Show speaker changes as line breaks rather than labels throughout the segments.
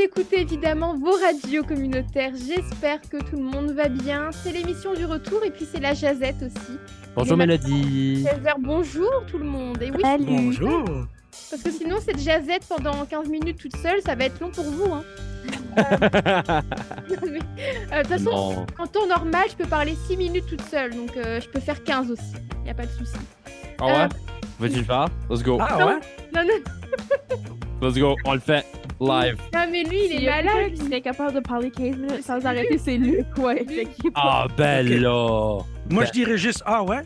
écoutez évidemment vos radios communautaires. J'espère que tout le monde va bien. C'est l'émission du retour et puis c'est la jazette aussi.
Bonjour
Et
Mélodie.
16h, bonjour tout le monde. Et oui,
Salut.
Bonjour.
parce que sinon, cette jazette pendant 15 minutes toute seule, ça va être long pour vous. hein. Non, mais, euh, De toute façon,
Non.
en temps normal, je peux parler 6 minutes toute seule. Donc, euh, je peux faire 15 aussi. Il n'y a pas de souci.
Au revoir. Veux-tu le faire? Let's go.
Ah ouais?
Non, non,
Let's go. On le fait live.
non, mais lui, il est malade.
Il est capable de parler 15 minutes sans arrêter, c'est Luc. Ouais. Fait qu'il est
Ah
pas-
ben
Ok.
là. Ben
Moi, je dirais juste ah ouais.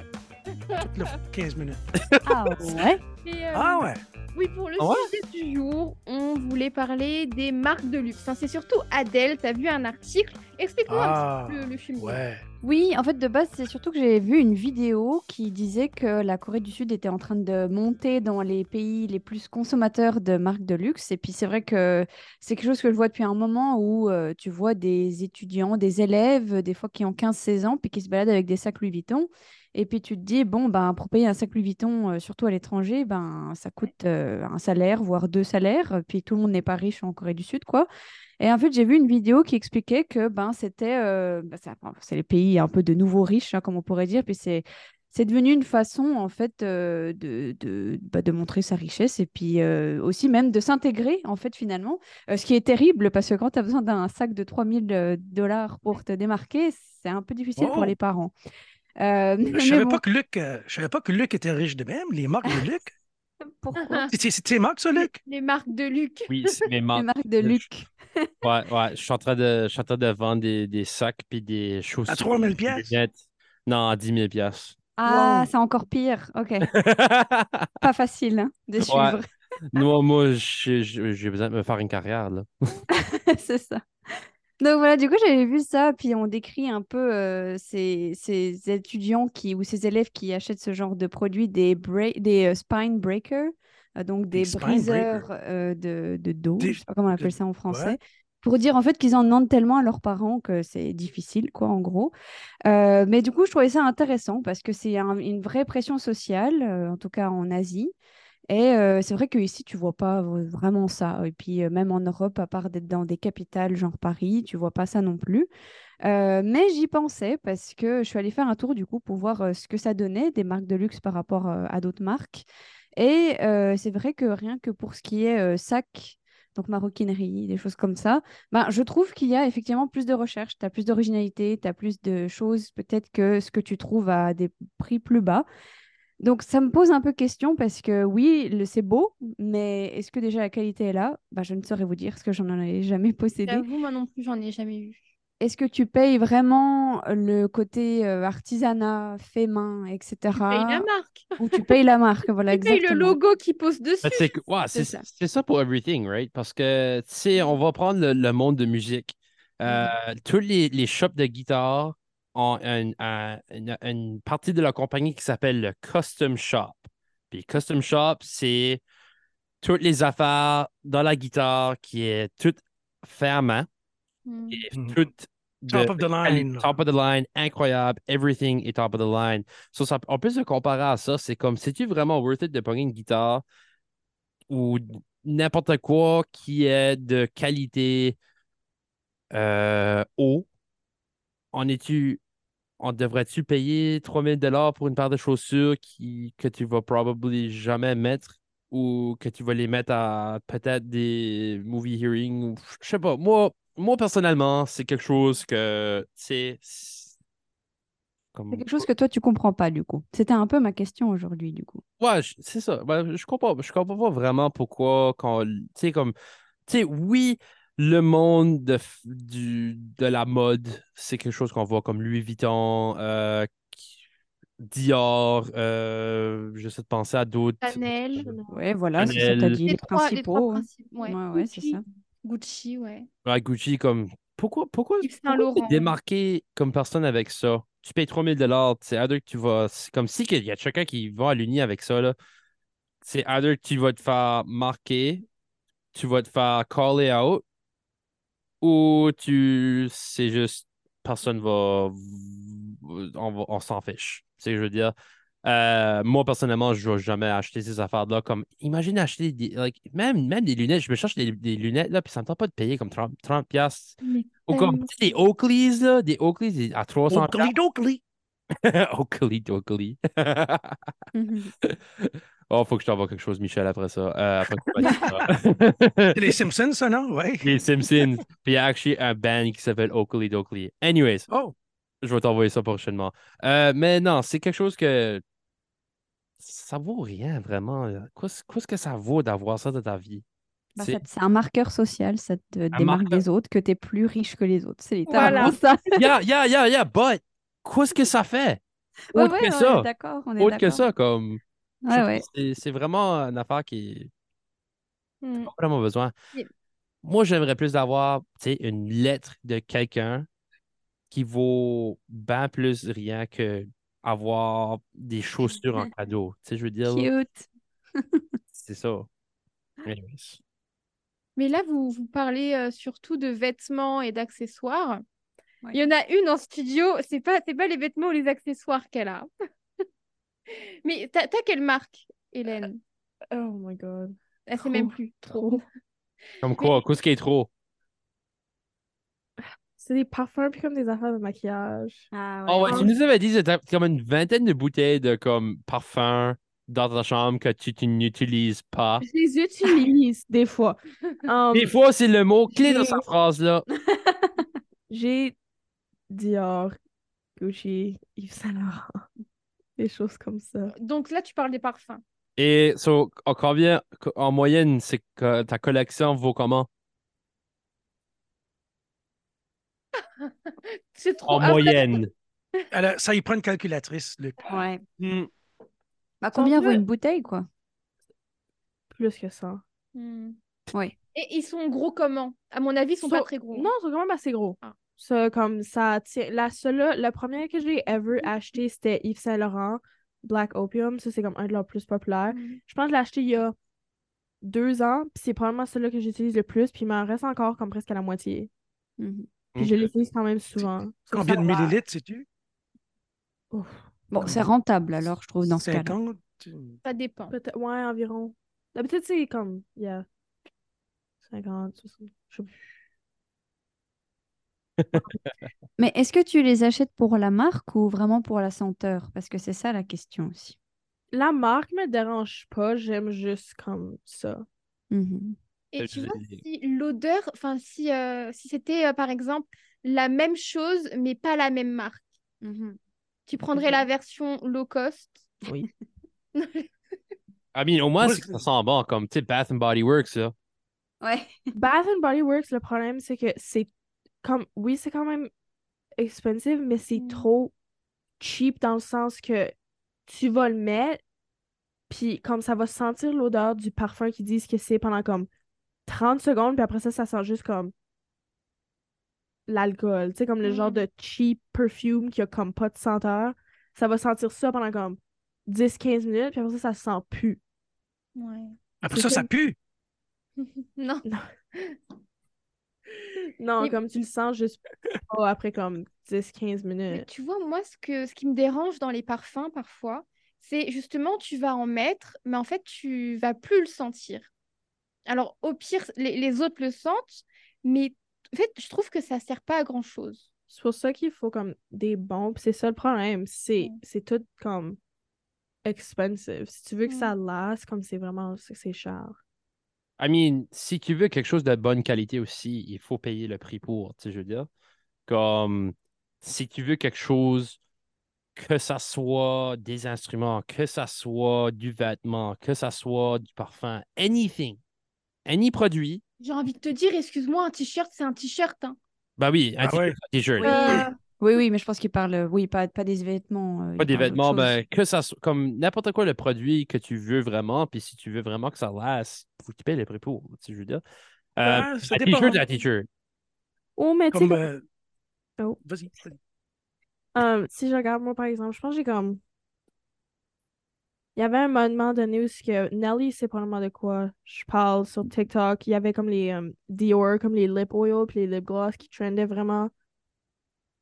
Toutes les 15 minutes.
Ah ouais?
Et, euh,
Ah ouais.
Oui, pour le
Ah ouais
sujet du jour, on voulait parler des marques de luxe. Enfin, c'est surtout Adèle, t'as vu un article Explique-moi un
Ah
petit peu le film.
ouais.
Oui, en fait, de base, c'est surtout que j'ai vu une vidéo qui disait que la Corée du Sud était en train de monter dans les pays les plus consommateurs de marques de luxe. Et puis, c'est vrai que c'est quelque chose que je vois depuis un moment où euh, tu vois des étudiants, des élèves, des fois qui ont 15-16 ans, puis qui se baladent avec des sacs Louis Vuitton. Et puis, tu te dis, bon, ben, pour payer un sac Louis Vuitton, euh, surtout à l'étranger, ben, ça coûte euh, un salaire, voire deux salaires. Puis, tout le monde n'est pas riche en Corée du Sud, quoi. Et en fait, j'ai vu une vidéo qui expliquait que ben, c'était, euh, ben, ça- enfin, c'est les pays un peu de nouveaux riches, hein, comme on pourrait dire, puis c'est, c'est devenu une façon en fait euh, de, de, bah, de montrer sa richesse et puis euh, aussi même de s'intégrer en fait finalement, Euh, ce qui est terrible parce que quand tu as besoin d'un sac de 3000 dollars pour te démarquer, c'est un peu difficile
Oh.
pour les parents. Euh,
Je
mais
savais
bon,
pas que Luc, euh, je savais pas que Luc était riche de même. Les marques de Luc.
pourquoi
C'est- C'est c'est tes marques, ça, Luc?
Les marques de Luc.
Oui, c'est mes
les
Ah,
marques.
marques de
je-
Luc
Ouais, ouais. Je suis en train de, je suis en train de vendre des, des sacs puis des chaussures.
À 3000
puis des
piastres?
lunettes. Non, à 10 000 piastres.
Ah,
Wow.
c'est encore pire. Ok, pas facile hein, de suivre.
Moi, moi, j'ai- j'ai j'ai besoin de me faire une carrière, là.
C'est ça. Donc voilà, du coup, j'avais vu ça, puis on décrit un peu euh, ces, ces étudiants qui, ou ces élèves qui achètent ce genre de produits, des, bra- des euh, spine breakers, euh, donc des,
Des spine
briseurs euh, de, de dos,
Des-
je sais pas comment on
de-
appelle ça en français,
ouais.
pour dire en fait qu'ils en demandent tellement à leurs parents que c'est difficile, quoi, en gros. Euh, mais du coup, je trouvais ça intéressant parce que c'est un- une vraie pression sociale, euh, en tout cas en Asie. Et euh, c'est vrai qu'ici, tu vois pas v- vraiment ça. Et puis, euh, même en Europe, à part d'être dans des capitales genre Paris, tu vois pas ça non plus. Euh, mais j'y pensais parce que je suis allée faire un tour du coup pour voir euh, ce que ça donnait des marques de luxe par rapport euh, à d'autres marques. Et euh, c'est vrai que rien que pour ce qui est euh, sac, donc maroquinerie, des choses comme ça, ben, je trouve qu'il y a effectivement plus de recherche, tu as plus d'originalité, tu as plus de choses peut-être que ce que tu trouves à des prix plus bas. Donc ça me pose un peu question parce que oui, le- c'est beau, mais est-ce que déjà la qualité est là Ben, Je ne saurais vous dire parce que j'en ai jamais possédé.
J'avoue, moi non plus, j'en ai jamais vu.
Est-ce que tu payes vraiment le côté euh, artisanat, fait main, etc.
Paye la marque.
Ou tu payes la marque, voilà,
Tu payes le
Ah, exactement.
logo qui pose dessus.
Mais C'est que- ouais,
C'est
c'est
ça.
c'est ça pour everything, right? Parce que, tu sais, on va prendre le, le monde de musique. Euh,
Mm-hmm.
tous les, les shops de guitare ont un- un- une, une partie de la compagnie qui s'appelle le Custom Shop. Puis Custom Shop, c'est toutes les affaires dans la guitare qui est hein? toute fermement,
Hmm.
qui est
Mhm.
toute de-
Top of the line.
Allez, Top of the line, incroyable. Everything est top of the line. So, ça- on peut se comparer à ça. C'est comme, c'est-tu vraiment worth it de pogner une guitare ou n'importe quoi qui est de qualité euh, haut? On est-tu, on devrait-tu payer 3000 dollars pour une paire de chaussures qui, que tu vas probablement jamais mettre ou que tu vas les mettre à peut-être des movie hearings ou je sais pas. Moi, moi personnellement, c'est quelque chose que c'est
C'est
comme
quelque chose que toi, tu comprends pas, du coup. C'était un peu ma question aujourd'hui, du coup.
ouais, je- c'est ça. Ben, je comprends, je comprends pas vraiment pourquoi quand tu sais comme tu sais oui, le monde de f- du de la mode, c'est quelque chose qu'on voit comme Louis Vuitton, euh, qui- Dior, euh, j'essaie de penser à d'autres.
Chanel.
Ouais, voilà, c'est ça que t'as
Chanel.
dit, Bah, les principaux. hein.
principes, ouais.
Ouais, ouais, c'est
Gucci.
ça.
Gucci, ouais.
Ouais, Gucci, comme, pourquoi, pourquoi,
Yves Saint
pourquoi
Laurent.
t'es démarqué comme personne avec ça? Tu payes 3000 dollars, c'est à deux que tu vas, c'est comme si qu'il y a quelqu'un qui va à l'uni avec ça, là. C'est à deux que tu vas te faire marquer, tu vas te faire caller out, ou tu, c'est juste, personne va, on, va- on s'en fiche. Tu sais, je veux dire, Euh, moi, personnellement, je ne vais jamais acheter ces affaires-là. Comme, imagine acheter des, like, même, même des lunettes. Je me cherche des, des lunettes, là, puis ça ne me tente pas de payer comme 30$. 30 piastres.
Mais
Ou comme
tellement.
tu sais, des Oakleys, là, des Oakleys des- à 300$.
Oakley Doakley.
Oakley, Oakley.
Mhm.
oh, faut que je t'envoie quelque chose, Michel, après ça. Euh, après que tu fasses ça.
C'est les Simpsons, ça, non? Ouais.
les Simpsons. Puis il y a actually un band qui s'appelle Oakley, Oakley. Anyways.
Oh,
Je vais t'envoyer ça prochainement. Euh, mais non, c'est quelque chose que ça vaut rien vraiment. là. Qu'est-ce qu'est-ce que ça vaut d'avoir ça dans ta vie?
Bah,
C'est-
ça te- c'est un marqueur social, ça te démarque
marqueur.
des autres, que tu es plus riche que les autres. C'est
Voilà.
littéralement ça.
Yeah, yeah, yeah, yeah, but qu'est-ce que ça fait?
Ouais,
Autre
ouais,
que
on est
ça.
d'accord, on est
Autre que
d'accord.
ça, comme. je
Ouais,
sais
ouais.
pas, c'est- C'est vraiment une affaire qui
Hmm.
pas vraiment besoin.
Yeah.
Moi, j'aimerais plus d'avoir, tu sais, une lettre de quelqu'un qui vaut bien plus rien que avoir des chaussures en cadeau. Tu sais, je veux dire,
Cute.
c'est ça. Anyways.
Mais là, vous, vous parlez euh, surtout de vêtements et d'accessoires.
Ouais.
Il y en a une en studio, c'est pas, c'est pas les vêtements ou les accessoires qu'elle a. Mais t'as, t'as quelle marque, Hélène
Oh my god.
Elle sait
Trop,
même plus.
Trop.
Comme quoi, qu'est-ce qui est trop?
C'est des parfums puis comme des affaires de maquillage.
Ah,
Oh ouais,
Ah.
tu nous avais dit que t'as comme une vingtaine de bouteilles de comme parfum dans ta chambre que tu, tu n'utilises pas.
Je les utilise des fois. Um,
Des fois, c'est le mot clé dans
j'ai-
sa phrase là.
J'ai Dior, Gucci, Yves Saint Laurent, des choses comme ça.
Donc là, tu parles des parfums.
Et so, en combien, en moyenne, c'est que ta collection vaut comment?
C'est trop.
En
Ah,
moyenne.
alors, ça y prend une calculatrice, Luc.
Ouais.
Hmm.
Bah,
Tant
combien
mieux.
vaut une bouteille, quoi?
Plus que ça.
hmm.
Ouais.
Et ils sont gros comment À mon avis, ils sont
So-
pas très gros.
Non, c'est quand même assez gros.
Ah.
Ça, comme ça, tient- la seule, la première que j'ai ever acheté, c'était Yves Saint Laurent, Black Opium. Ça, c'est comme un de leurs plus populaires.
Mhm.
Je pense que je l'ai acheté il y a deux ans, puis c'est probablement celui-là que j'utilise le plus, puis il m'en reste encore comme presque à la moitié.
Mhm.
Puis je l'utilise quand même souvent. Ça,
Combien
ça
de
va.
millilitres, sais-tu?
Bon, c'est rentable, alors, je trouve, dans ce cas-là.
50?
Ça dépend.
Peut-être, ouais, environ. D'habitude, c'est comme, il y a 50, 60, je sais plus.
Mais est-ce que tu les achètes pour la marque ou vraiment pour la senteur? Parce que c'est ça la question aussi.
La marque me dérange pas, j'aime juste comme ça.
Mhm.
Et
Euh,
tu
je-
vois, si l'odeur, enfin, si, euh, si c'était, euh, par exemple, la même chose, mais pas la même marque,
Mmh.
tu prendrais la version low cost.
Oui.
I mean, au moins,
Moi,
c'est que
je-
ça sent bon, comme, tu sais, Bath and Body Works, là.
Ouais.
Bath and Body Works, le problème, c'est que c'est comme, oui, c'est quand même expensive, mais c'est
Mm.
trop cheap dans le sens que tu vas le mettre, puis comme ça va sentir l'odeur du parfum qu'ils disent que c'est pendant comme 30 secondes, puis après ça, ça sent juste comme l'alcool, tu sais, comme le genre
Mm.
de cheap perfume qui a comme pas de senteur. Ça va sentir ça pendant comme 10-15 minutes, puis après ça, ça sent plus.
Après ça, ça pue.
Non.
Non,
Mais-
comme tu le sens juste pas après comme 10-15
Mais
minutes.
tu vois, moi, ce que, ce qui me dérange dans les parfums parfois, c'est justement, tu vas en mettre, mais en fait, tu vas plus le sentir. Alors, au pire, les, les autres le sentent, mais en fait, je trouve que ça sert pas à grand-chose.
C'est pour ça qu'il faut comme des bons. pis c'est ça le problème. C'est c'est tout comme expensive. Si tu veux que
Ouais.
ça last, comme c'est vraiment c'est c'est cher.
I mean, si tu veux quelque chose de bonne qualité aussi, il faut payer le prix pour, tu sais, je veux dire. Comme, si tu veux quelque chose, que ça soit des instruments, que ça soit du vêtement, que ça soit du parfum, anything, any produit,
J'ai envie de te dire, excuse-moi, un t-shirt, c'est un t-shirt. hein.
bah oui, un
Ah
t-shirt,
ouais.
un t-shirt.
Oui.
Euh,
Oui, oui, mais je pense qu'il parle, euh, oui, pas, pas des vêtements. euh,
Pas
il
des
parle d'autre
vêtements,
chose.
ben, que ça soit, comme n'importe quoi le produit que tu veux vraiment, puis si tu veux vraiment que ça last, faut que tu payes le prix pour, tu sais, je veux dire. Euh,
Ah, ça
un
dépend.
t-shirt, un t-shirt.
Oh, mais tu sais,
Comme... euh,
Oh.
Vas-y. vas-y.
comme, euh, si je regarde moi par exemple, je pense que j'ai comme. Il y avait un moment donné où ce que Nelly c'est probablement de quoi je parle sur TikTok. Il y avait comme les euh, Dior, comme les lip oil puis les lip gloss qui trendaient vraiment.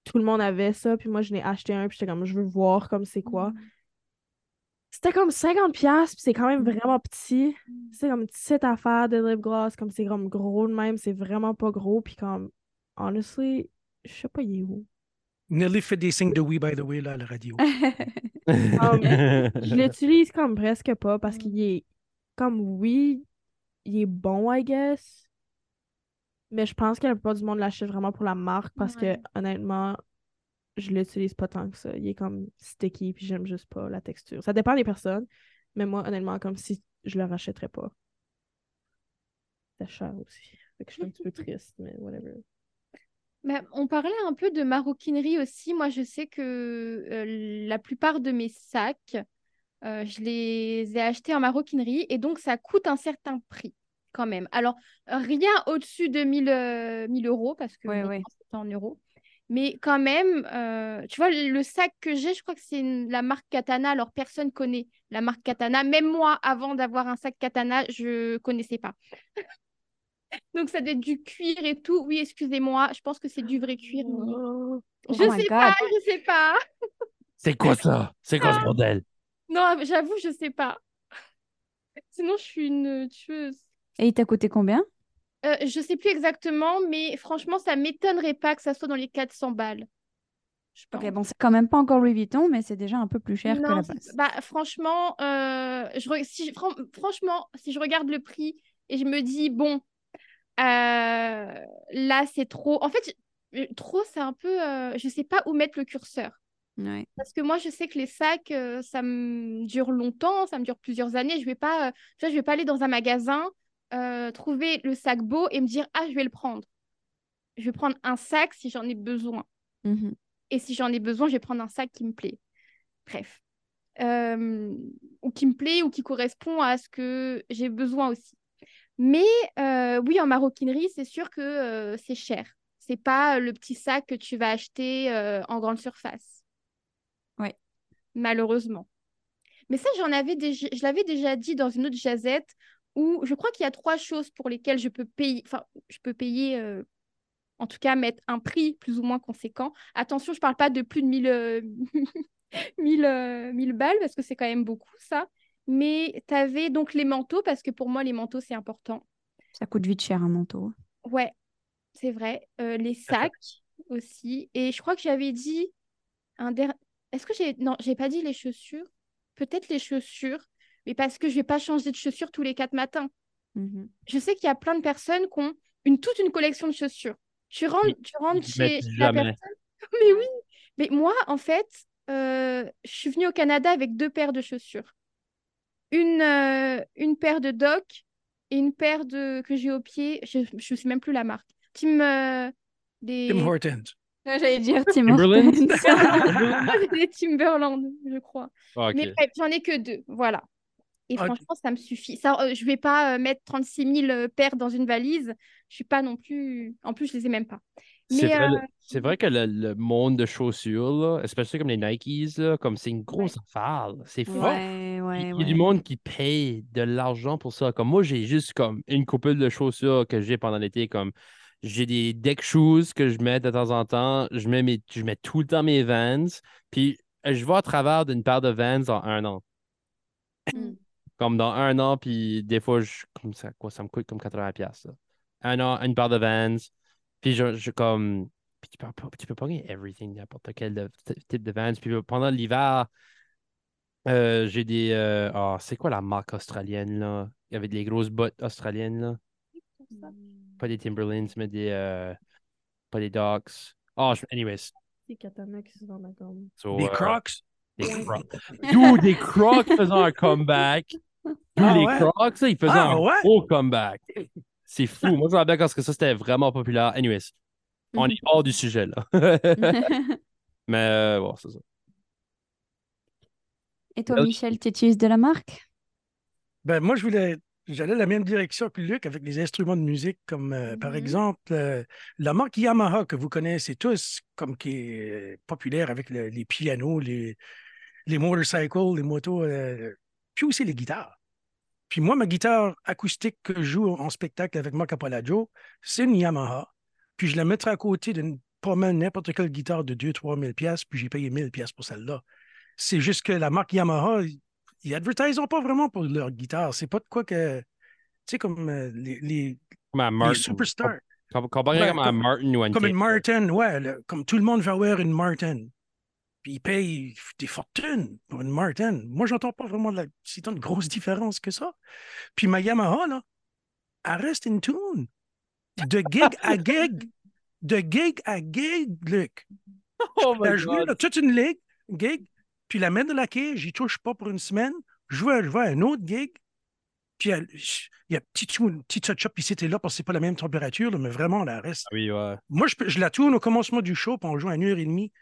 Tout le monde avait ça, puis moi je n'ai acheté un, puis j'étais comme je veux voir comme c'est quoi. C'était comme 50$, piastres, puis c'est quand même vraiment petit. C'est comme une petite affaire de lip gloss, comme c'est comme gros de même, c'est vraiment pas gros, puis comme, honestly, je sais pas, il est où.
Nelly fait des signes de oui, by the way, là, à la radio.
ben.
Je l'utilise comme presque pas parce qu'il est comme oui, il est bon, I guess. Mais je pense que la plupart du monde l'achète vraiment pour la marque parce
Ouais.
que honnêtement, je l'utilise pas tant que ça. Il est comme sticky puis j'aime juste pas la texture. Ça dépend des personnes, mais moi honnêtement comme si je le rachèterais pas. C'est cher aussi. Fait que je suis un petit peu triste, mais whatever.
Bah, on parlait un peu de maroquinerie aussi. Moi, je sais que euh, la plupart de mes sacs, euh, je les ai achetés en maroquinerie et donc ça coûte un certain prix quand même. Alors, rien au-dessus de 1000, euh, 1000 euros parce que
Ouais,
maintenant,
ouais.
c'est en euros. Mais quand même, euh, tu vois, le sac que j'ai, je crois que c'est une- la marque Katana. Alors, personne connaît la marque Katana. Même moi, avant d'avoir un sac Katana, je connaissais pas. Donc ça doit être du cuir et tout. Oui, excusez-moi, je pense que c'est du vrai cuir. oui.
Oh
je
my
sais
God.
pas, je sais pas.
C'est quoi ça? C'est quoi ce bordel?
Non, j'avoue, je sais pas. Sinon, je suis une tueuse.
Et il t'a coûté combien
Euh, je sais plus exactement, mais franchement, ça m'étonnerait pas que ça soit dans les 400 balles. Je pense.
Ok, bon, c'est quand même pas encore Louis Vuitton, mais c'est déjà un peu plus cher que
Non,
la
c'est-
base.
bah, franchement, euh, je re- si je- fran- franchement, si je regarde le prix et je me dis, bon, euh, là, c'est trop. En fait, je- trop, c'est un peu. euh, je sais pas où mettre le curseur.
Ouais.
Parce que moi, je sais que les sacs, euh, ça me dure longtemps, ça me dure plusieurs années. Je vais pas, euh, tu vois, je vais pas aller dans un magasin, euh, trouver le sac beau et me dire, ah, je vais le prendre. Je vais prendre un sac si j'en ai besoin.
Mhm.
Et si j'en ai besoin, je vais prendre un sac qui me plaît. Bref. Euh, ou qui me plaît ou qui correspond à ce que j'ai besoin aussi. Mais euh, oui, en maroquinerie, c'est sûr que euh, c'est cher. C'est pas euh, le petit sac que tu vas acheter euh, en grande surface.
Ouais.
Malheureusement. Mais ça, j'en avais déjà, je l'avais déjà dit dans une autre jazette où je crois qu'il y a trois choses pour lesquelles je peux payer, enfin, je peux payer, euh, en tout cas, mettre un prix plus ou moins conséquent. Attention, je parle pas de plus de 1000, euh, 1000, euh, 1000 balles parce que c'est quand même beaucoup ça. Mais tu avais donc les manteaux parce que pour moi, les manteaux, c'est important.
Ça coûte vite cher un manteau.
Ouais, c'est vrai. Euh, les sacs aussi. Et je crois que j'avais dit un der- Est-ce que j'ai. Non, j'ai pas dit les chaussures. Peut-être les chaussures, mais parce que je vais pas changer de chaussures tous les quatre matins.
Mhm.
Je sais qu'il y a plein de personnes qui ont une, toute une collection de chaussures. Tu rentres, tu rentres
Ils
chez
mettent
chez la
jamais.
personne. Mais oui, mais moi, en fait, euh, je suis venue au Canada avec deux paires de chaussures. Une, euh, une paire de Doc et une paire de que j'ai au pied. Je ne sais même plus la marque. Tim, euh, des,
Tim Hortons.
J'allais dire Tim
Timberland
Hortons.
des Timberland, je crois.
Ah, ok.
Mais bref, j'en ai que deux, voilà. Et
Ok.
franchement, ça me suffit. Ça, euh, je vais pas euh, mettre 36 000 euh, paires dans une valise. Je suis pas non plus. En plus, je les ai même pas.
C'est
Mais, euh,
vrai, le- c'est vrai que le, le monde de chaussures, là, especially comme les Nikes, là, comme c'est une grosse affaire. là. C'est fort.
Ouais,
Il-
ouais,
Il y a
ouais.
du monde qui paye de l'argent pour ça. Comme moi, j'ai juste comme une couple de chaussures que j'ai pendant l'été. Comme j'ai des deck shoes que je mets de temps en temps. Je mets, mes, je mets tout le temps mes Vans. Puis euh, je vais à travers d'une paire de Vans en un an.
euh,
Mm.
Comme dans un an, puis des fois, je, comme ça, quoi, ça me coûte comme 80$. piastres, là. Un an, une paire de Vans. Puis je, je comme. Puis tu peux, tu peux pogner everything, n'importe quel de- type de Vans. Puis pendant l'hiver, euh, j'ai des. euh, ah, c'est quoi la marque australienne, là? Il y avait des grosses bottes australiennes, là.
hmm.
Pas des Timberlands, mais des. euh, pas des Docs. Ah, je- anyways.
C'est katana qui se vend la gomme.
So,
Des
euh,
Crocs.
des Crocs. D'où des Crocs faisant un comeback. D'où
Ah
les
ouais?
Crocs, là, ils faisaient
Ah
un
ouais?
gros comeback. C'est fou. Moi, je me rappelle parce que ça, c'était vraiment populaire. Anyways, on
Mhm.
est hors du sujet, là. mais euh, bon, c'est ça.
Et toi, Michel, tu utilises de la marque
Ben, moi, je voulais. J'allais la même direction que Luc avec les instruments de musique, comme euh, par
Mhm.
exemple euh, la marque Yamaha que vous connaissez tous, comme qui est euh, populaire avec le- les pianos, les, les motorcycles, les motos, euh, puis aussi les guitares. Puis moi, ma guitare acoustique que je joue en spectacle avec Marc Apolagio, c'est une Yamaha. Puis je la mettrai à côté d'une pas mal n'importe quelle guitare de 2-3 000 pièces puis j'ai payé 1000 pièces pour celle-là. C'est juste que la marque Yamaha, ils advertisent pas vraiment pour leur guitare. C'est pas de quoi que. Tu sais, comme euh, les, les,
Comme à
les
Martin.
superstars.
Com- Comparé
Ouais,
comme à
comme-
Martin ou à
Comme une
Taylor.
Martin, ouais. le- comme tout le monde va avoir une Martin. Puis ils payent des fortunes pour une Martin. Moi, j'entends pas vraiment de la, c'est tant de grosse différence que ça. Puis ma Yamaha, là, elle reste in tune. De gig à gig. De gig à gig, Luc.
Oh
Elle a
my
joué
God.
là, toute une ligue, gig, puis la mets de la quai, j'y touche pas pour une semaine. Je vais, je vais à un autre gig, puis elle- il y a petit tune- petit touch-up ici et là parce que c'est pas la même température, là, mais vraiment, la reste.
Ah Oui, ouais.
Moi, je, peux- je la tourne au commencement du show, puis on joue à une heure et demie,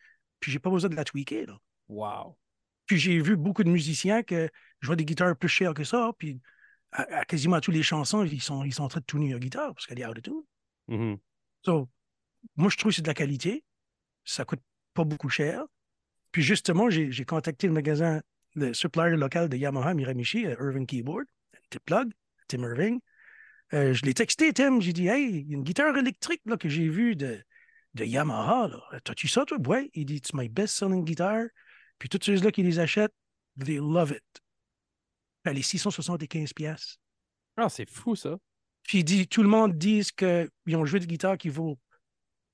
puis j'ai pas besoin de la tweaker. là.
Wow.
Puis j'ai vu beaucoup de musiciens que jouent des guitares plus chères que ça, puis à, à quasiment tous les chansons, ils sont, ils sont en train de tourner leur guitare parce qu'elle est out of tune.
Mhm.
So, moi, je trouve que c'est de la qualité. Ça coûte pas beaucoup cher. Puis justement, j'ai j'ai contacté le magasin, le supplier local de Yamaha Miramichi, euh, Irving Keyboard, Tip Plug, Tim Irving. Euh, je l'ai texté, Tim. J'ai dit, hey, il y a une guitare électrique là, que j'ai vue de, de Yamaha. là. Euh, T'as-tu ça, toi? Ouais. Il dit, it's my best selling guitar. Puis toutes ceux-là qui les achètent, they love it. Elle est 675 pièces.
Ah, c'est fou, ça.
Puis il dit, tout le monde dit qu'ils ont joué de guitare qui vaut,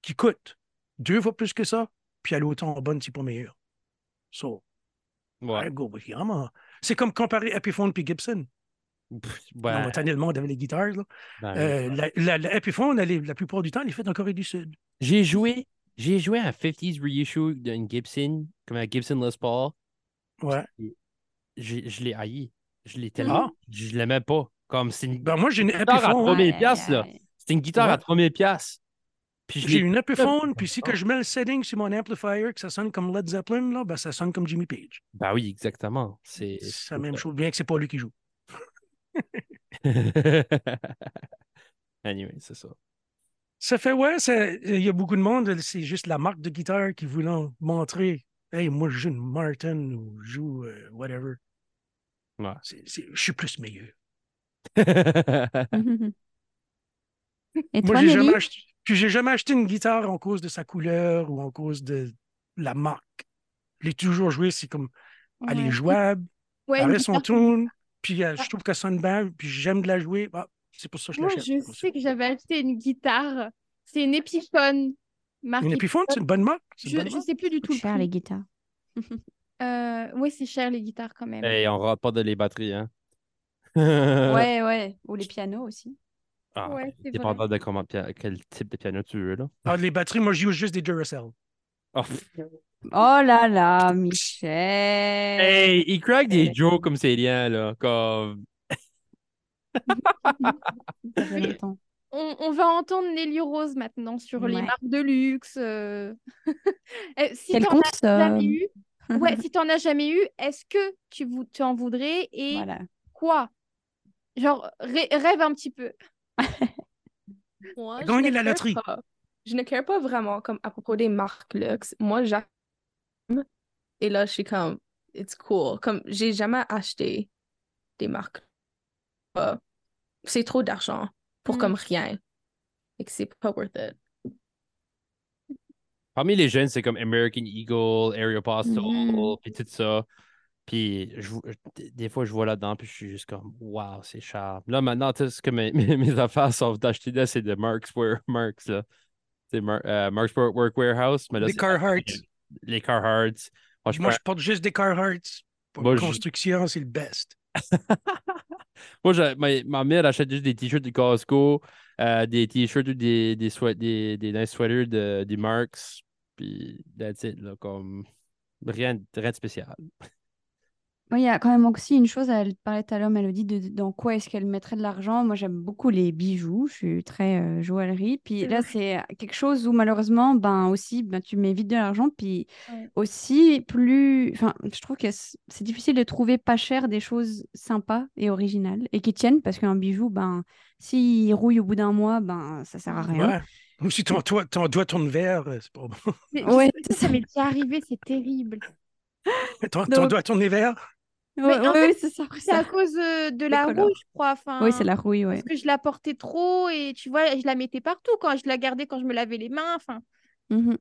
qui coûte deux fois plus que ça, puis elle est autant bonne, si pas meilleure. So,
Ouais.
I go with Yamaha. C'est comme comparer Epiphone puis Gibson.
Pff,
On
ouais.
On tannait le monde avec les guitares. là.
Ben,
Euh, la, la- la Epiphone, elle est- la plupart du temps, elle est faite en Corée du Sud.
J'ai joué, j'ai joué à 50s reissue d'une Gibson, comme à Gibson Les Paul.
Ouais.
J'ai- Je l'ai haï. Je l'ai
Ah.
tellement. Je l'aimais pas. Comme c'est une,
Ben, moi, j'ai une
guitare à
Epiphone.
3000 piastres, là. C'est une guitare à
Ouais.
3000 pièces. Puis je
J'ai
l'ai
une Epiphone,
comme
puis si
ça.
que je mets le setting sur mon amplifier, que ça sonne comme Led Zeppelin, là, ben, ça sonne comme Jimmy Page.
Bah oui, exactement. C'est
C'est la même chose, bien que c'est pas lui qui joue.
anyway, c'est ça.
Ça fait, ouais, ça- il y a beaucoup de monde, c'est juste la marque de guitare qui voulant montrer, hey, moi, je joue une Martin ou je joue euh, whatever.
Ouais.
C'est- c'est- je suis plus meilleur.
Mhm. Et
Moi,
toi,
j'ai
Nelly
jamais, acheté, puis j'ai jamais acheté une guitare en cause de sa couleur ou en cause de la marque. Je l'ai toujours joué, c'est comme, elle est
Ouais.
jouable,
Ouais,
elle
une
reste son
guitare- Oh,
tune, puis euh, je trouve qu'elle sonne bien, puis j'aime de la jouer. Ah, c'est pour ça que je
Moi,
l'achète.
je sais que j'avais acheté une guitare. C'est une Epiphone. Marque
Une Epiphone, c'est une bonne marque. c'est une
Je
bonne
ne
marque.
sais plus du tout le
Cher,
prix.
les guitares.
Euh, ouais, c'est cher les guitares quand même.
Et on rate pas de les batteries, hein.
Ouais, ouais. Ou les pianos aussi.
Ah,
Ouais, c'est vrai.
dépendant de comment pia- quel type de piano tu veux là.
Ah, les batteries, moi, je joue juste des Duracell.
Oh, pff.
Oh là là, Michel.
Hey, il craque des
Euh.
jokes comme c'est liens là, comme
Ça fait longtemps.
On, on va entendre Nelly Rose maintenant sur les
Ouais.
marques de luxe. euh. Euh, si
Quel
t'en as
consomme.
jamais eu,
Mhm.
ouais, si t'en as jamais eu, est-ce que tu, vou- tu en voudrais et
Voilà.
quoi? Genre, ré- rêve un petit peu.
Moi, je
Gagner
ne
la
care
loterie.
pas. Je ne care pas vraiment comme à propos des marques luxe. Moi, j'aime et là, je suis comme, it's cool. Comme, j'ai jamais acheté des marques. Pas- C'est trop d'argent pour
Mm.
comme rien. Et que c'est pas worth it.
parmi les jeunes, c'est comme American Eagle, Aeropostale,
Mhm.
puis tout ça. Puis je vo- des- des fois je vois là-dedans puis je suis juste comme waouh, c'est cher. Là maintenant, tu sais ce que mes, mes, mes affaires sont d'acheter là, c'est de Marks Wear Marks là. C'est Mar euh, Marks Wear- Work Warehouse, mais là
Des
c'est-
Carhartt.
les Carhartts. Moi, je
Moi,
prends-
je porte juste des Carhartts. Pour
Moi,
la
je-
construction, c'est le best.
Moi, je- ma, ma mère achète juste des t-shirts du Costco, euh, des t-shirts ou des, des, swe- des, des nice sweaters de, des Marks. Puis, that's it, là, comme rien, de- rien de spécial.
Oui, il y a quand même aussi une chose, elle parlait tout à l'heure, Mélodie, de, de- dans quoi est-ce qu'elle mettrait de l'argent. Moi, j'aime beaucoup les bijoux, je suis très euh, joaillerie. Puis
C'est
là,
vrai.
c'est euh, quelque chose où malheureusement, ben aussi, ben, tu mets vite de l'argent. Puis
Ouais.
aussi, plus. Enfin, je trouve que c- c'est difficile de trouver pas cher des choses sympas et originales et qui tiennent parce qu'un bijou, ben, s'il rouille au bout d'un mois, ben, ça sert à rien.
Ouais. Hein? Ou si ton, toi, ton doigt tourne vert, euh, c'est pas bon.
Mais je
Ouais,
sais que ça m'est déjà arrivé, c'est terrible.
Ton, ton
Donc-
doigt tourne vert,
Mais en
Ouais,
fait,
ouais, c'est ça.
C'est à cause euh, de la
colores.
rouge, je crois. Enfin,
Oui, c'est la rouille, ouais.
Parce que je la portais trop et tu vois, je la mettais partout quand je la gardais quand je me lavais les mains. Enfin,
Mhm. Mmh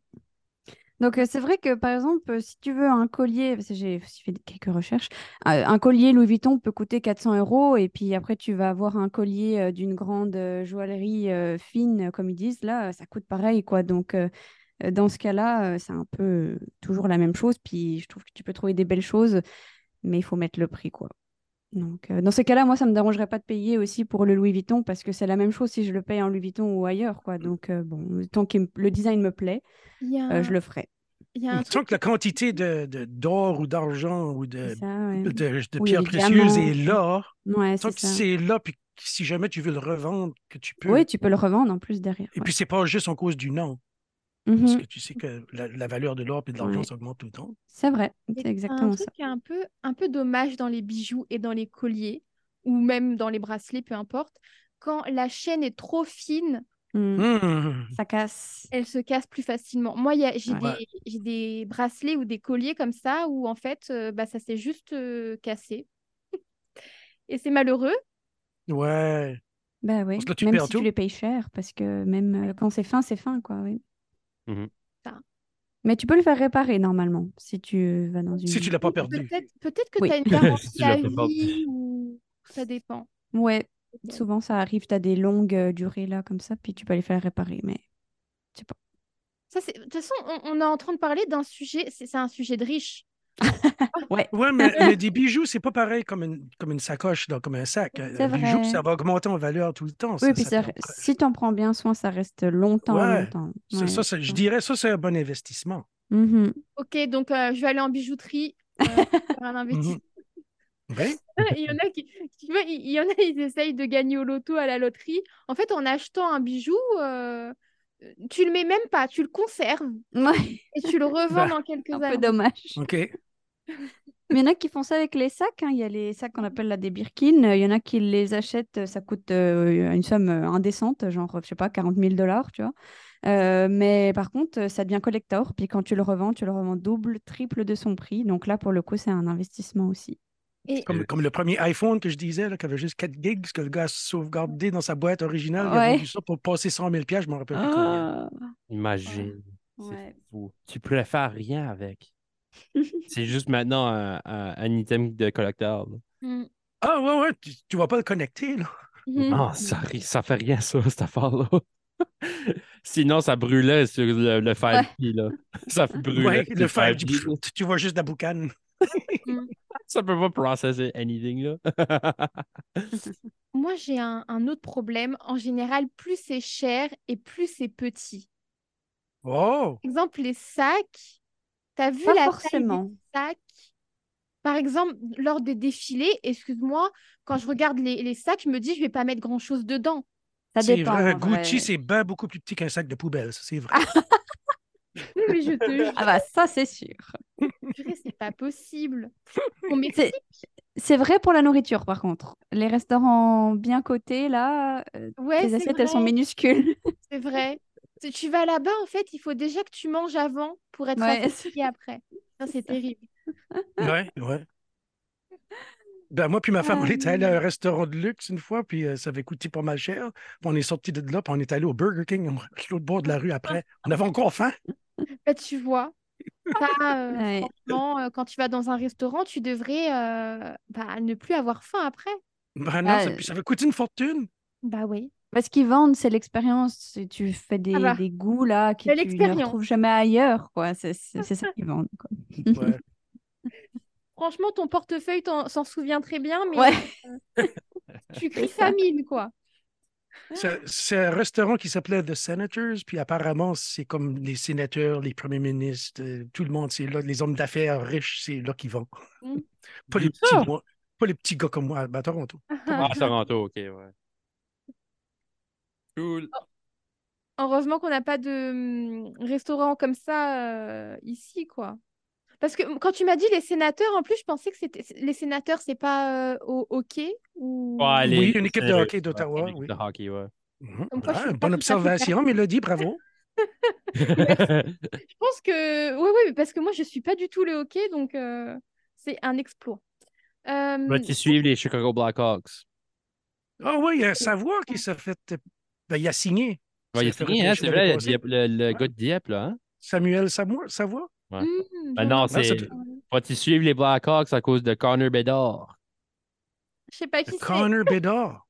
Donc, euh, c'est vrai que, par exemple, euh, si tu veux un collier, parce que j'ai aussi fait quelques recherches, euh, un collier Louis Vuitton peut coûter 400 euros, et puis après, tu vas avoir un collier euh, d'une grande euh, joaillerie euh, fine, comme ils disent, là, euh, ça coûte pareil, quoi. Donc, euh, euh, dans ce cas-là, euh, c'est un peu euh, toujours la même chose, puis je trouve que tu peux trouver des belles choses, mais il faut mettre le prix, quoi. Donc, euh, dans ces cas-là, moi, ça ne me dérangerait pas de payer aussi pour le Louis Vuitton, parce que c'est la même chose si je le paye en Louis Vuitton ou ailleurs, quoi. Donc, euh, bon, tant que le design me plaît,
Il y a
euh,
un,
je le ferai.
il y a un
Tant
truc
que la quantité de, de- d'or ou d'argent ou de,
C'est ça, ouais.
de, de
Ou les
pierres précieuses
diamants.
est là,
Ouais,
tant
c'est
que
ça.
c'est là, puis que si jamais tu veux le revendre, que tu peux.
Oui, tu peux le revendre en plus derrière.
Et
ouais.
puis, c'est pas juste en cause du nom,
Mhm,
parce que tu sais que la, la valeur de l'or et de l'argent,
Ouais.
ça augmente tout le temps.
C'est vrai,
Et
c'est
un
exactement
truc
ça.
qui est un peu, un peu dommage dans les bijoux et dans les colliers, ou même dans les bracelets, peu importe. Quand la chaîne est trop fine,
Mm.
Hmm.
Ça casse.
elle se casse plus facilement. Moi, il y a- j'ai
Ouais.
Ah
des, j'ai des bracelets ou des colliers comme ça où en fait, euh, bah, ça s'est juste euh, cassé. Et c'est malheureux.
Ouais.
Bah oui,
Parce que là, tu
même
perds
si tu
tout.
les payes cher, parce que même euh, quand c'est fin, c'est fin, quoi. oui.
Mhm.
Ça.
Mais tu peux le faire réparer normalement si tu vas dans une.
Si tu l'as pas perdu.
Peut-être peut-être que
Oui.
tu as une garantie
Tu l'as
à
pas perdu.
vie ou ça dépend.
Ouais,
Bon.
souvent ça arrive, t'as des longues euh, durées là comme ça, puis tu peux les faire réparer, mais je sais pas.
Ça, c'est... De toute façon, on, on est en train de parler d'un sujet, c'est, c'est un sujet de riche.
Ouais, mais, mais des bijoux, c'est pas pareil comme une, comme une sacoche, donc comme un sac. Un
C'est
un bijou,
vrai.
ça va augmenter en valeur tout le temps.
Oui,
ça-
puis
ça
ça
perd-
re- si t'en prends bien soin, ça reste longtemps,
Ouais,
longtemps.
ça-
Ouais, Mm.
ça, ça, je
ouais.
dirais, ça, c'est un bon investissement.
Mhm.
Ok, donc euh, je vais aller en bijouterie euh, faire un investissement.
Mhm. Ben, Oui.
Il y en a qui, tu vois, il il y en a, ils essayent de gagner au loto, à la loterie. En fait, en achetant un bijou, euh, tu le mets même pas, tu le conserves
Ouais,
et tu le revends
Bah,
dans quelques
un peu
années.
dommage.
OK.
Mais il y en a qui font ça avec les sacs. hein. Il y a les sacs
Mmh.
qu'on appelle là des Birkin. euh, Il y en a qui les achètent. euh, Ça coûte euh, une somme euh, indécente, genre, je sais pas, 40 000 dollars, tu vois. Euh, mais par contre, euh, ça devient collector. Puis quand tu le revends, tu le revends double, triple de son prix. Donc là, pour le coup, c'est un investissement aussi.
Et
Comme, comme le premier iPhone que je disais, là, qui avait juste 4 gigs, que le gars a sauvegardé dans sa boîte originale. Il a
Ouais. Ah!
vendu ça pour passer 100 000 je me rappelle plus combien.
Ah,
Imagine. C'est
Ouais.
fou. Tu pourrais faire rien avec. C'est juste maintenant un, un- un item de collecteur. là.
Mm.
Ah, ouais, ouais, tu, tu vas pas le connecter, là.
Mhm.
Non, Ah, ça, ri- ça fait rien, ça, cette affaire-là. Sinon, ça brûlait sur le, le 5G. Là. Ça brûlait.
Ouais,
sur
le faire du...
5G, là.
tu- Tu vois juste la boucane.
Ça peut pas processer anything. Là.
Moi, j'ai un, un autre problème. En général, plus c'est cher et plus c'est petit.
Oh!
Par exemple, les sacs, t'as vu
Pas
la taille des
forcément.
sacs? Par exemple, lors des défilés, excuse-moi, quand je regarde les, les sacs, je me dis, je vais pas mettre grand-chose dedans.
Ça
c'est
dépend.
vrai,
en vrai.
Gucci, c'est bien beaucoup plus petit qu'un sac de poubelle, ça, c'est vrai.
Oui, mais je te jure.
Ah bah ça, c'est sûr.
Purée, c'est pas possible. On
C'est-
m'explique.
C'est vrai pour la nourriture, par contre. Les restaurants bien cotés, là, euh,
Ouais,
les
c'est
assiettes, elles sont
vrai,
minuscules.
c'est vrai. Tu tu vas là-bas, en fait, il faut déjà que tu manges avant pour être
Ouais,
associé après. Ça, c'est terrible.
Ouais, ouais. Ben, moi, puis ma femme, on est allé à
Euh.
un restaurant de luxe une fois, puis euh, ça avait coûté pas mal cher. Puis on est sorti de là, puis on est allé au Burger King, on- l'autre bord de la rue après. On avait encore faim.
Bah, tu vois, ça, euh,
Ouais.
franchement, euh, quand tu vas dans un restaurant, tu devrais euh, bah, ne plus avoir faim après.
Ben non, ça,
Ah,
puis ça avait coûté une fortune.
Bah oui.
Bah, ce qu'ils vendent, c'est l'expérience. C'est- Tu fais des,
bah.
des goûts là que
De
tu ne
l'expérience.
retrouves jamais ailleurs, quoi. C'est c'est- c'est ça qu'ils vendent, quoi.
Ouais.
Franchement, ton portefeuille t'en- s'en souvient très bien, mais euh,
Ouais,
tu
c'est
cries
ça.
famine, quoi.
C'est c'est un restaurant qui s'appelait The Senators, puis apparemment, c'est comme les sénateurs, les premiers ministres, euh, tout le monde, c'est là, les hommes d'affaires riches, c'est là qu'ils vont.
Mm.
Pas les
D'où
petits,
ça?
moi, pas les petits gars comme moi à à Toronto.
Ah, Toronto, ok, ouais. Cool.
Heureusement qu'on n'a pas de hum, restaurant comme ça euh, ici, quoi. Parce que hum, quand tu m'as dit les sénateurs, en plus, je pensais que c'était c'est- les sénateurs, c'est pas euh, au hockey ou
Ouais, les-
Oui, une équipe de
ouais,
hockey d'Ottawa,
une équipe
oui.
de hockey, ouais.
Mhm.
Comme quoi, je
Ouais,
suis pas tout
bonne
à fait
observation, Mélodie, bravo.
je pense que oui, oui, mais parce que moi, je suis pas du tout le hockey, donc euh, c'est un exploit. Euh,
Vas-tu suivre les Chicago Blackhawks?
Ah oui, il y a un savoir qui s'est fait. Ben, il a signé.
Ouais, il a
Ça fait
signé, hein,
repêcher
c'est
l'année
vrai, le,
passée.
Dieppe- le- le
Ouais.
gars de Dieppe, là. Hein?
Samuel Samo- Savoie?
hmm,
Ben non,
Non,
c'est.
c'est-
Vas-tu suivre les Blackhawks à cause de Connor Bedard?
Je sais pas qui c'est.
Connor Bedard.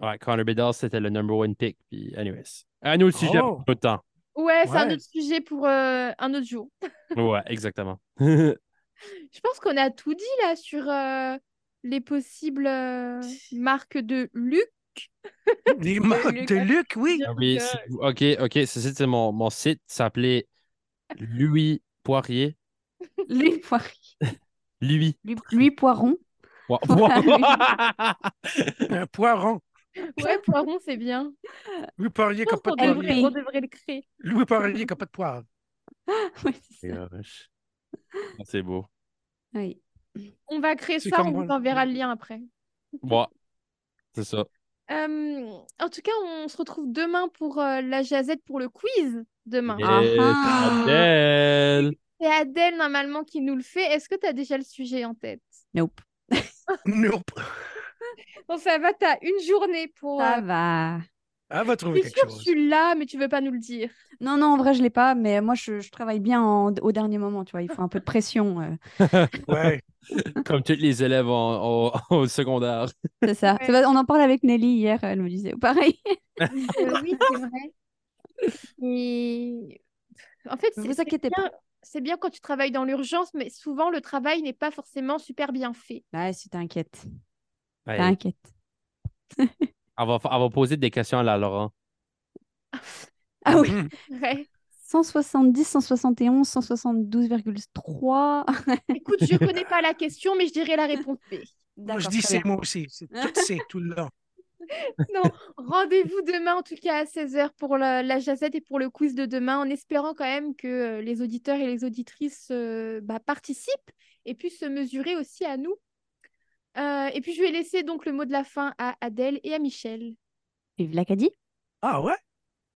Ouais, Connor Bedard, c'était le number one pick. Puis, anyways. Un autre sujet
Oh.
pour peu de temps.
Ouais, c'est un
Ouais.
autre sujet pour euh, un autre jour.
Ouais, exactement.
Je pense qu'on a tout dit là sur euh, les possibles euh, marques de Luc.
Les marques de Luc, oui.
Oui, c'est- ok, ok. Ce site, c'est mon, mon site. s'appelait Louis Poirier.
Lui, poir-
Louis.
lui- lui, poiron.
Wow.
Un poiron.
Ouais, poiron, c'est bien.
Louis Poirier
Je
qui n'a
pense
pas
qu'on
de
Elle
poirier.
devrait,
brille.
on devrait le créer.
Louis Poirier qui n'a pas de poire.
Oui, c'est ça.
Oh Gosh. Ah, C'est beau.
Oui.
On va créer
C'est
ça,
comme
on
moi,
vous
le-
enverra le lien après.
Ouais. C'est ça.
Euh, en tout cas, on se retrouve demain pour euh, la jazette pour le quiz demain.
Yes,
Ah.
Adèle.
C'est Adèle normalement qui nous le fait. Est-ce que tu as déjà le sujet en tête
Nope.
Nope.
Bon, ça va, t'as une journée pour.
Ça
euh,
va.
Elle va
Je
trouver
suis
quelque
sûre que
chose.
tu l'as, mais tu veux pas nous le dire.
Non, non, en vrai, je l'ai pas, mais moi, je, je travaille bien en- au dernier moment, tu vois. Il faut un peu de pression. euh.
Ouais.
Comme tous les élèves en- en- au secondaire.
C'est ça.
Ouais.
C'est vrai, On en parlait avec Nelly hier, elle me disait pareil.
Euh, oui, c'est vrai. Et en fait,
Ne
c'est-
vous
c'est
inquiétez pas.
bien- C'est bien quand tu travailles dans l'urgence, mais souvent le travail n'est pas forcément super bien fait.
Ouais, Bah, si t'inquiète.
Ouais.
T'inquiète.
On Ben, va, fa- on va poser des questions à la Laurent.
Ah oui.
Mhm.
Ouais.
170, 171, 172,3.
Écoute, je connais pas la question, mais je dirais la réponse B.
Moi, je
D'accord,
dis
très
c'est
bien.
moi aussi. C'est tout c'est tout le long.
Non, rendez-vous demain en tout cas à 16h pour la, la jazette et pour le quiz de demain, en espérant quand même que euh, les auditeurs et les auditrices euh, bah, participent et puissent se mesurer aussi à nous. Euh, et puis je vais laisser donc le mot de la fin à Adèle et à Michel.
Vive l'Acadie.
Ah ouais?